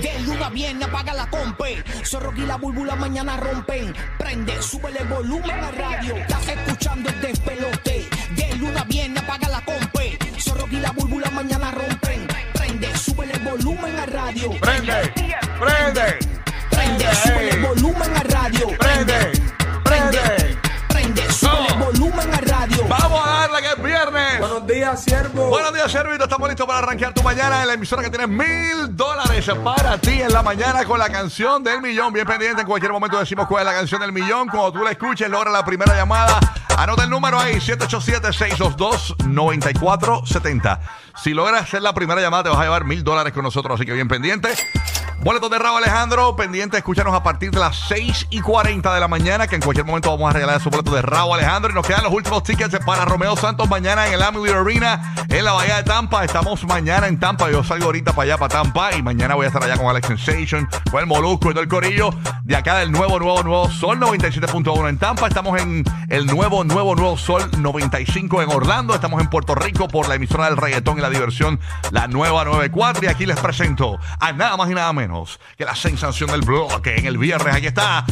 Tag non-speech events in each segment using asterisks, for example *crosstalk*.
De luna a viernes apaga la compe. Zorro y la búlbula mañana rompen. Prende, súbele volumen a la radio. Estás escuchando este pelote. De luna a viernes apaga la compe. Zorro y la búlbula mañana rompen. Prende, súbele volumen a radio. Prende, prende, Prende, súbele volumen a radio. prende, prende. Prende, súbele Vamos. volumen a radio. Vamos a darle que es viernes. Buenos días, siervo. Buenos días, Servito. Estamos listos para arranquear tu mañana en la emisora que tiene mil dólares para ti en la mañana con la canción del millón. Bien pendiente, en cualquier momento decimos cuál es la canción del millón. Cuando tú la escuches, logra la primera llamada. Anota el número ahí, 787-622-9470. Si logras hacer la primera llamada, te vas a llevar mil dólares con nosotros, así que bien pendiente. Boletos de Raúl Alejandro, pendiente, escúchanos a partir de las 6 y 40 de la mañana, que en cualquier momento vamos a regalar esos boletos de Raúl Alejandro. Y nos quedan los últimos tickets para Romeo Santos mañana en el Amelie Arena, en la Bahía de Tampa. Estamos mañana en Tampa. Yo salgo ahorita para allá, para Tampa, y mañana voy a estar allá con Alex Sensation, con el Molusco y todo el Corillo de acá del nuevo, nuevo, nuevo Sol 97.1 en Tampa. Estamos en el nuevo, nuevo, nuevo Sol 95 en Orlando. Estamos en Puerto Rico por la emisora del reggaetón y la diversión, la nueva 94. Y aquí les presento a nada más y nada menos que la sensación del bloque en el viernes. Aquí está.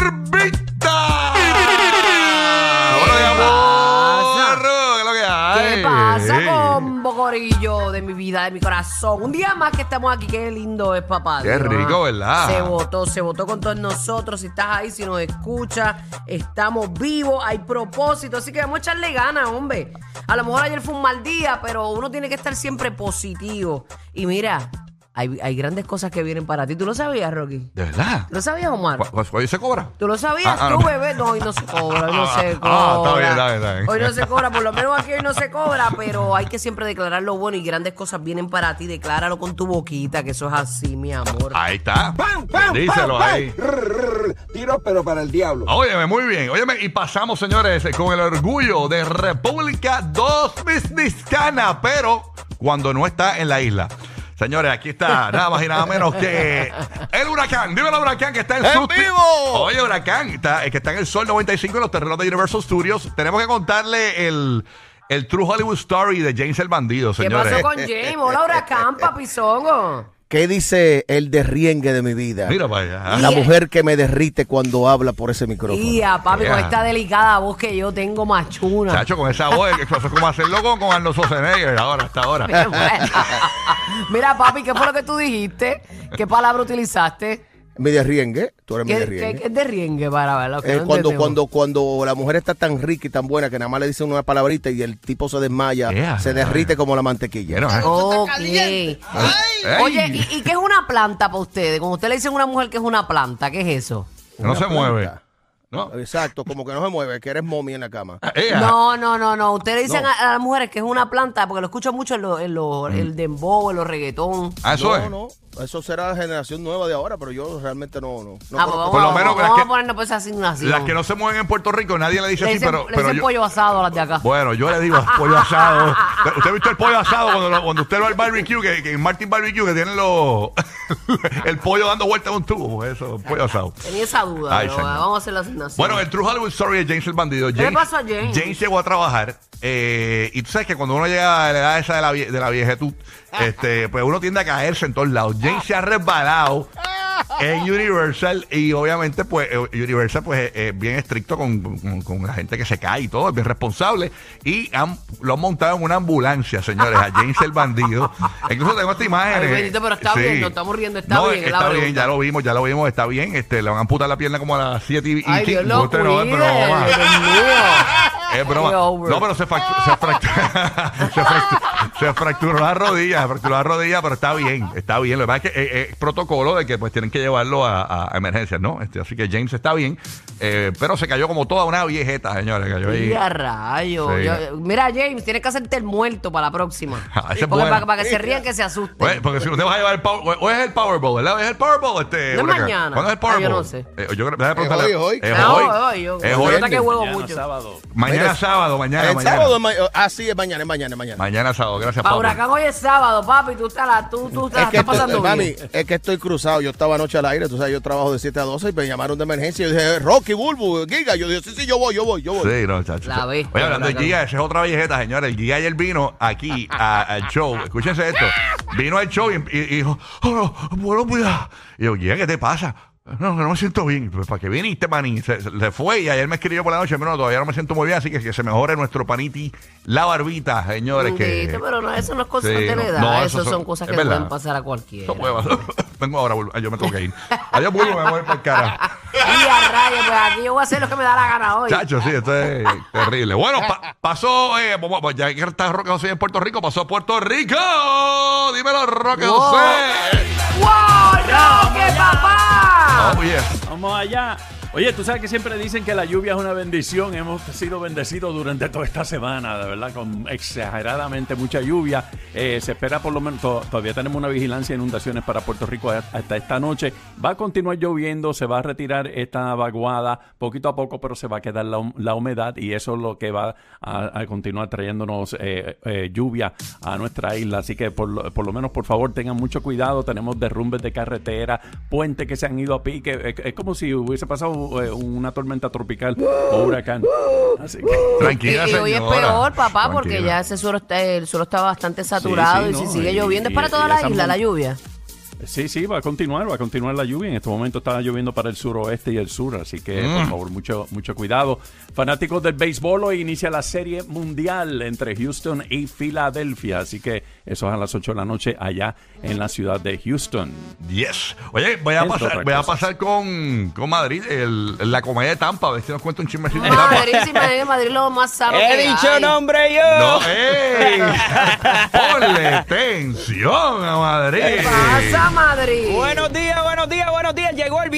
Burbita. Buenos días, Burro. ¿Qué es lo que hay? ¿Qué pasa Ey. con Bocorillo de mi vida, de mi corazón? Un día más que estamos aquí, qué lindo es, papá. Qué Dios, rico, ah. ¿verdad? Se votó, se votó con todos nosotros. Si estás ahí, si nos escuchas, estamos vivos, hay propósito, así que vamos a echarle ganas, hombre. A lo mejor ayer fue un mal día, pero uno tiene que estar siempre positivo. Y mira, hay, hay grandes cosas que vienen para ti. ¿Tú lo sabías, Rocky? ¿De verdad? ¿Lo sabías, Omar? ¿Cu- cu- ¿Hoy se cobra? ¿Tú lo sabías? Ah, ah, Tú, no. bebé. No, hoy no se cobra, hoy no se cobra. Ah, está bien, está bien, está bien. Hoy no se cobra, por lo menos aquí hoy no se cobra, pero hay que siempre declarar lo bueno y grandes cosas vienen para ti. Decláralo con tu boquita, que eso es así, mi amor. Ahí está. ¡Pam, pam, Díselo pam, pam! ahí. Rrr, rrr, rrr. Tiros, pero para el diablo. Óyeme, muy bien. Óyeme, y pasamos, señores, eh, con el orgullo de República Dominicana, pero cuando no está en la isla. Señores, aquí está nada más y nada menos que el huracán. Dímelo, huracán, que está en, su vivo. Oye, huracán, está- eh, que está en el Sol 95 en los terrenos de Universal Studios. Tenemos que contarle el, el True Hollywood Story de James el Bandido, ¿Qué señores. pasó con James? Hola, huracán, papizongo. ¿Qué dice el derriengue de mi vida? Mira ah. para allá. La mujer que me derrite cuando habla por ese micrófono. Tía, papi, con Yeah. esta delicada voz que yo tengo machuna. *laughs* Chacho, con esa voz, que- eso es como hacerlo con, con Arnold Schwarzenegger ahora, hasta ahora. *laughs* Mira, papi, ¿qué fue lo que tú dijiste? ¿Qué palabra utilizaste? Mi derriengue, tú eres mi ¿Qué, qué, derriengue. qué es de riengue para ver? los que Eh, no cuando, entendemos? cuando, cuando la mujer está tan rica y tan buena que nada más le dicen una palabrita y el tipo se desmaya, Yeah. se derrite como la mantequilla. Bueno, eh. Ok. Ah. Ey. Oye, ¿y, y qué es una planta para ustedes? Cuando usted le dicen a una mujer que es una planta, ¿qué es eso? Que no Una se planta. mueve. No. Ah, eh, Exacto, como que no se mueve, que eres mommy en la cama. Ea. No, no, no, no. Ustedes le dicen No. a, a las mujeres que es una planta porque lo escucho mucho en, los en lo, Mm. el dembow, en los reggaetón. Ah, eso no, es. no, eso será la generación nueva de ahora, pero yo realmente no, no. no Ah, pues conozco- vamos, Por lo a- menos vamos las a que- ponernos pues así una asignación. Las que no se mueven en Puerto Rico, nadie le dice le así, dicen, pero, le pero dicen yo- pollo asado a las de acá. Bueno, yo *laughs* le digo pollo asado. ¿Usted ha visto el pollo asado cuando, lo- cuando usted va al barbecue, que, que en Martin Barbecue, que tienen los *laughs* el pollo dando vuelta en un tubo? Eso, el pollo asado. Tenía esa duda, Ay, pero señor. vamos a hacer la asignación. Bueno, el True Hollywood Story de James el Bandido. ¿Qué le pasó a James? llegó a trabajar eh, y tú sabes que cuando uno llega a la edad esa de la, vie- de la *laughs* viejetud, este, pues uno tiende a caerse en todos lados. James se ha *laughs* resbalado en Universal y obviamente pues eh, Universal pues es bien estricto con, con- con la gente que se cae y todo, es bien responsable y han- lo han montado en una ambulancia, señores, a James el *laughs* Bandido. Incluso tengo esta imagen. Ay, eh, bendito, pero está bien, nos estamos riendo, está No, bien, es la Está bien, pregunta. ya lo vimos, ya lo vimos, está bien. Este, le van a amputar la pierna como a las 7 y, y Ay, Dios quince. lo Usted no, es cuide, broma. Dios mío. *laughs* Es broma. Qué over. No, pero se fracturó. se fractu- *laughs* se fractu- se fracturó, Se fracturó la rodilla, se fracturó la rodilla, pero está bien, está bien. Lo que pasa es que eh, eh, protocolo de que pues tienen que llevarlo a, a emergencias, ¿no? Este, así que James está bien, eh, pero se cayó como toda una viejeta, señores. Cayó ahí. Y a rayo. Sí. Yo- mira, James, tienes que hacerte el muerto para *laughs* la próxima. Esa es Porque buena. para, para que se rían, que se asusten. Oye, porque si usted va a llevar el Powerball, hoy es el Powerball, ¿verdad? Es el Powerball. Este, No es Huracán. mañana. ¿Cuándo es el Ah, Powerball? yo no sé. Eh, yo creo- déjame preguntarle- Es hoy, es hoy. Es No, hoy. hoy, hoy. Es Se nota hoy. que huevo Mañana, mucho. sábado. Mañana Mira, es sábado, mañana, El mañana. sábado es ma- ah, sí, es mañana, es mañana, es mañana. Mañana es sábado, gracias, Para Pablo. Huracán hoy es sábado, papi. Tú estás, la- tú, tú estás, Es que, estás Ah, pasando estoy, mami, bien. es que estoy cruzado. Yo estaba anoche al aire, tú sabes, yo trabajo de 7 a 12 y me llamaron de emergencia. Yo dije, Rocky, Bulbu, Giga. Yo dije, sí, sí, yo voy, yo voy, yo voy. Sí, no, chacho. La ve. Oye, hablando de Huracán. Giga, esa es otra viejeta, señores. El Giga ayer vino aquí a- al show. Escúchense esto. Vino al show y, y- y dijo, oh, no, bueno, cuidado. Y yo, Giga, ¿qué te pasa? No, que no me siento bien. Pues, ¿Para qué viniste, maní? Se, se- se fue y ayer me escribió por la noche. Bueno, todavía no me siento muy bien, así que que se mejore nuestro paniti la barbita, señores. Que... Bendito, pero no, eso no es cosa Sí, no, de la edad. no, eso eso, son- son cosas es que verdad. pueden pasar a cualquiera. Son huevas. *laughs* Vengo ahora, Bulbo. Ay, yo me tengo que ir. Adiós, Bulbo, me voy por cara. Y a rayo, pues aquí yo voy a hacer lo que me da la gana hoy. Chacho, sí, esto es ah, terrible. Bueno, pa- pasó, eh, vamos- vamos, ya que está Roque José en Puerto Rico, pasó a Puerto Rico. Dímelo, Roque Wow. José. ¡Wow, no, qué papá! Oh, yes. Vamos allá. Oye, tú sabes que siempre dicen que la lluvia es una bendición. Hemos sido bendecidos durante toda esta semana, de verdad, con exageradamente mucha lluvia. Eh, se espera por lo menos, to- todavía tenemos una vigilancia de inundaciones para Puerto Rico a- hasta esta noche. Va a continuar lloviendo, se va a retirar esta vaguada poquito a poco, pero se va a quedar la, hum- la humedad y eso es lo que va a, a continuar trayéndonos eh, eh, lluvia a nuestra isla. Así que por lo, por lo menos, por favor, tengan mucho cuidado. Tenemos derrumbes de carretera, puentes que se han ido a pique. Es, es como si hubiese pasado eh, una tormenta tropical o huracán. Así que- Y, Tranquila, y hoy es señora. peor, papá, porque Tranquila. ya ese suelo está, el suelo está bastante saturado Sí, y sí, si no, sigue y- lloviendo es y- para toda y la esa isla la mon- lluvia. Sí, sí, va a continuar, va a continuar la lluvia. En este momento está lloviendo para el suroeste y el sur, así que por favor, mucho, mucho cuidado. Fanáticos del béisbol, hoy inicia la serie mundial entre Houston y Filadelfia, así que eso es a las 8 de la noche allá en la ciudad de Houston. Yes. Oye, voy a Entre pasar, otras voy a cosas. pasar con, con Madrid, el- la comedia de Tampa. A ver si nos cuenta un chismecito de Tampa. Madrid, sí, Madrid, Madrid, lo más sano que hay. nombre yo. No, ¡ey! *laughs* Ponle tensión a Madrid. ¿Qué pasa, Madrid? Buenos días, buenos días, buenos días. Llegó el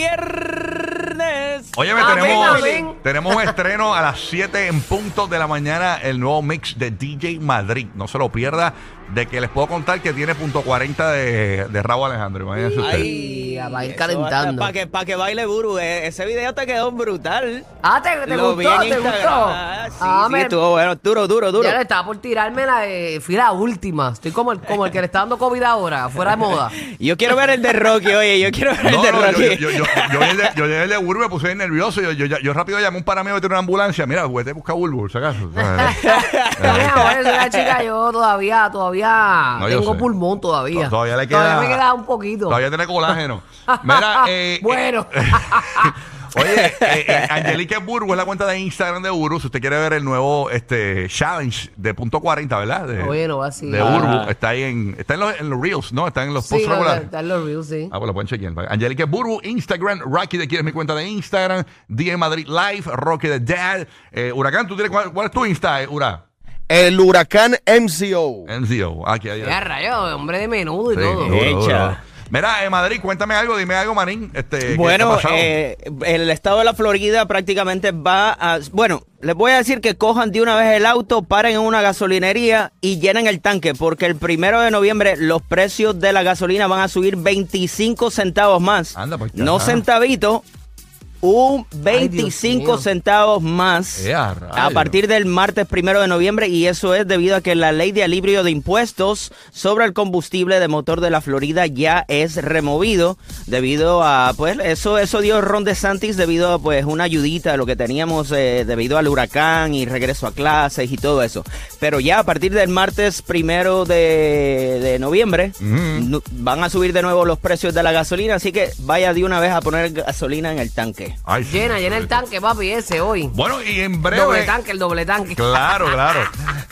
viernes. Oye, Ah, tenemos, ven, ah, ven. tenemos un estreno a las 7 en punto de la mañana, el nuevo mix de DJ Madrid. No se lo pierda, de que les puedo contar que tiene punto 40 de, de Rabo Alejandro. Imagínense ustedes. Ay, va a ir calentando. Para que, pa' que baile Buru, eh, ese video te quedó brutal. Ah, ¿te, te Lo vi gustó? en ¿Te Instagram. gustó? Ah, sí, Ah, sí, me- estuvo bueno, duro, duro, duro. Ya le estaba por tirármela, eh, fui la última. Estoy como el, como el que le está dando COVID ahora, fuera de moda. *laughs* Yo quiero ver el de Rocky, oye, yo quiero ver el No, de no, yo, Rocky. yo, yo, yo, yo vi el de- yo vi el de Burbu, me puse bien nervioso. Yo, yo, yo rápido llamé a un parameo que tiene una ambulancia. Mira, güey, te busca Burbu, si acaso. Yo, mi amor, soy una chica, yo todavía, todavía No, yo tengo sé. pulmón todavía. To- Todavía le queda. Todavía me queda un poquito. Todavía tiene colágeno. *laughs* Mira, eh, Bueno. eh, *laughs* Oye, eh, eh, Angelique Burgo es la cuenta de Instagram de Burbu. Si usted quiere ver el nuevo este challenge de punto 40, ¿verdad? De, Oye, no va así. De Ah. Burbu. Está ahí en, está en, los, en los Reels, ¿no? Está en los Sí, posts no, regulares. está en los reels, sí. Ah, pues lo pueden chequear. Angelique Burbu, Instagram, Rocky de aquí es mi cuenta de Instagram, DM Madrid Live, Rocky de Dad. Eh, Huracán, ¿tú tienes cuál, cuál es tu Insta, eh, Hura? El huracán MCO. NCO. Aquí, ahí. ahí. Ya, rayo, hombre de menudo y Sí, todo. duro, duro, Hecha. duro. Mira, eh, Madrid, cuéntame algo, dime algo, Marín. Este, ¿qué- qué ha Bueno, pasado? eh, el estado de la Florida prácticamente va a... Bueno, les voy a decir que cojan de una vez el auto, paren en una gasolinería y llenen el tanque, porque el primero de noviembre los precios de la gasolina van a subir 25 centavos más. Anda, pues, no ya. centavitos, un Ay, Dios 25 mío. centavos más. Eh, a A rayos. partir del martes primero de noviembre y eso es debido a que la ley de alivio de impuestos sobre el combustible de motor de la Florida ya es removido debido a pues eso eso dio Ron DeSantis debido a pues una ayudita de lo que teníamos eh, debido al huracán y regreso a clases y todo eso pero ya a partir del martes primero de, de noviembre nu- van a subir de nuevo los precios de la gasolina así que vaya de una vez a poner gasolina en el tanque tanque. Ay, sí. llena, llena el tanque, papi, ese hoy. Bueno, y en breve. Doble tanque, el doble tanque. *laughs* Claro, claro.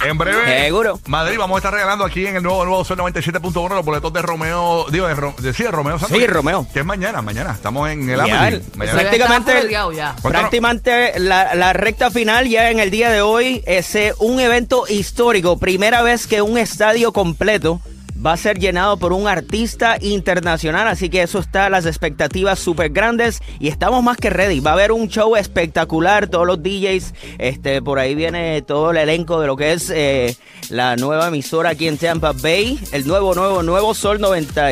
En breve. Seguro. Madrid, vamos a estar regalando aquí en el nuevo nuevo Sol 97.1 los boletos de Romeo. Digo, de, Ro- de- sí, de Romeo Santos. Sí, Romeo. Que es mañana, mañana. Estamos en el Ya, Amelie. el- Mañana. exacto. prácticamente Está el- rodeado ya. Cuéntanos. Prácticamente la, la recta final ya en el día de hoy es eh, un evento histórico. Primera vez que un estadio completo va a ser llenado por un artista internacional. Así que eso está a las expectativas súper grandes y estamos más que ready. Va a haber un show espectacular. Todos los DJs, este, por ahí viene todo el elenco de lo que es eh, la nueva emisora aquí en Tampa Bay. El nuevo, nuevo, nuevo Sol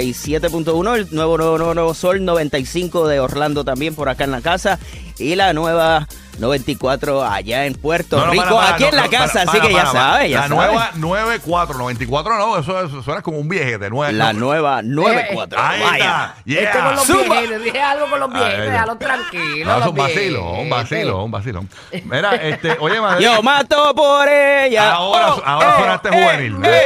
97.1. El nuevo, nuevo, nuevo, nuevo Sol 95 de Orlando también por acá en la casa y la nueva 94 allá en Puerto No, no, Rico, para, para, aquí no, en la no, casa, para, así para, que ya para, para. sabe, ya La sabe. nueva 94, 94 no, eso, eso suena como un viejete. Nueve, la no. nueva 94. Eh, Ahí vaya. está. Yeah. Este con los Zumba. viejitos, dije algo con los viejitos, Ah, eh, déjalo no, tranquilo. es los un vacilo, un vacilo, un vacilo. Mira, este, *laughs* oye, Madrid. Yo mato por ella. Ahora, Oh, ahora eh, sonaste eh, juvenil. eh.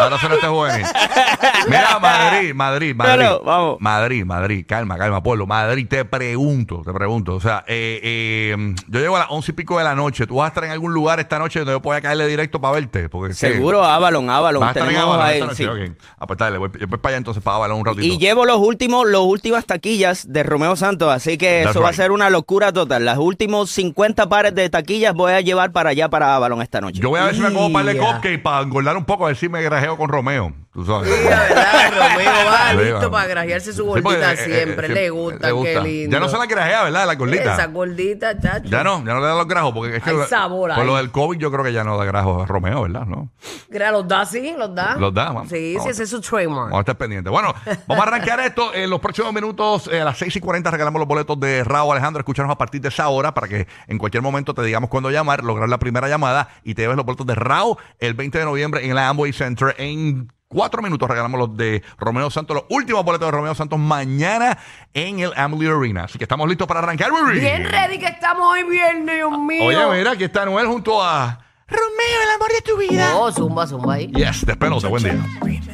Ahora sonaste juvenil. *laughs* Mira, Madrid, Madrid, Madrid. Pero, vamos. Madrid, Madrid. Calma, calma, pueblo. Madrid, te pregunto, te pregunto. O sea, eh, eh, yo llego a las once y pico de la noche. ¿Tú vas a estar en algún lugar esta noche donde yo pueda caerle directo para verte? Porque, es que- Seguro Avalon, Vas a Avalon, estar en tenemos Avalon ahí, esta noche. sí. ok. Ah, pues dale, voy, yo voy para allá entonces para Avalon un ratito. Y llevo los últimos, los últimas taquillas de Romeo Santos, así que That's eso va a right. ser una locura total. Los últimos 50 pares de taquillas voy a llevar para allá, para Avalon esta noche. Yo voy a ver si me como un par de Ya. cupcakes para engordar un poco, a ver si me grajeo con Romeo. Tú sabes. Sí, la *laughs* verdad, Romeo va Sí, listo vamos. para grajearse su Sí, porque, gordita eh, eh, siempre. eh, le gusta, le qué lindo. Ya no se la grajea, ¿verdad? La gordita. Esa gordita, chacho. Ya no, ya no le da los grajos porque es que Hay lo- sabor por ahí. lo del COVID yo creo que ya no da grajos a Romeo, ¿verdad? ¿No? Crea, Los da, sí, los da. Los da, vamos. Sí, Vamos. sí, ese es su trademark. Vamos a estar pendientes. Bueno, vamos a arrancar esto. En los próximos minutos, eh, a las 6 y 40, regalamos los boletos de Raúl Alejandro. Escúchanos a partir de esa hora para que en cualquier momento te digamos cuándo llamar, lograr la primera llamada y te lleves los boletos de Raúl el 20 de noviembre en la Amway Center en... Cuatro minutos regalamos los de Romeo Santos, los últimos boletos de Romeo Santos mañana en el Amway Arena. Así que estamos listos para arrancar. Riri. Bien ready que estamos hoy viernes, Dios mío. Oye, mira, aquí está Noel junto a Romeo, el amor de tu vida. Oh, zumba, zumba ahí. Yes, despelote, buen día.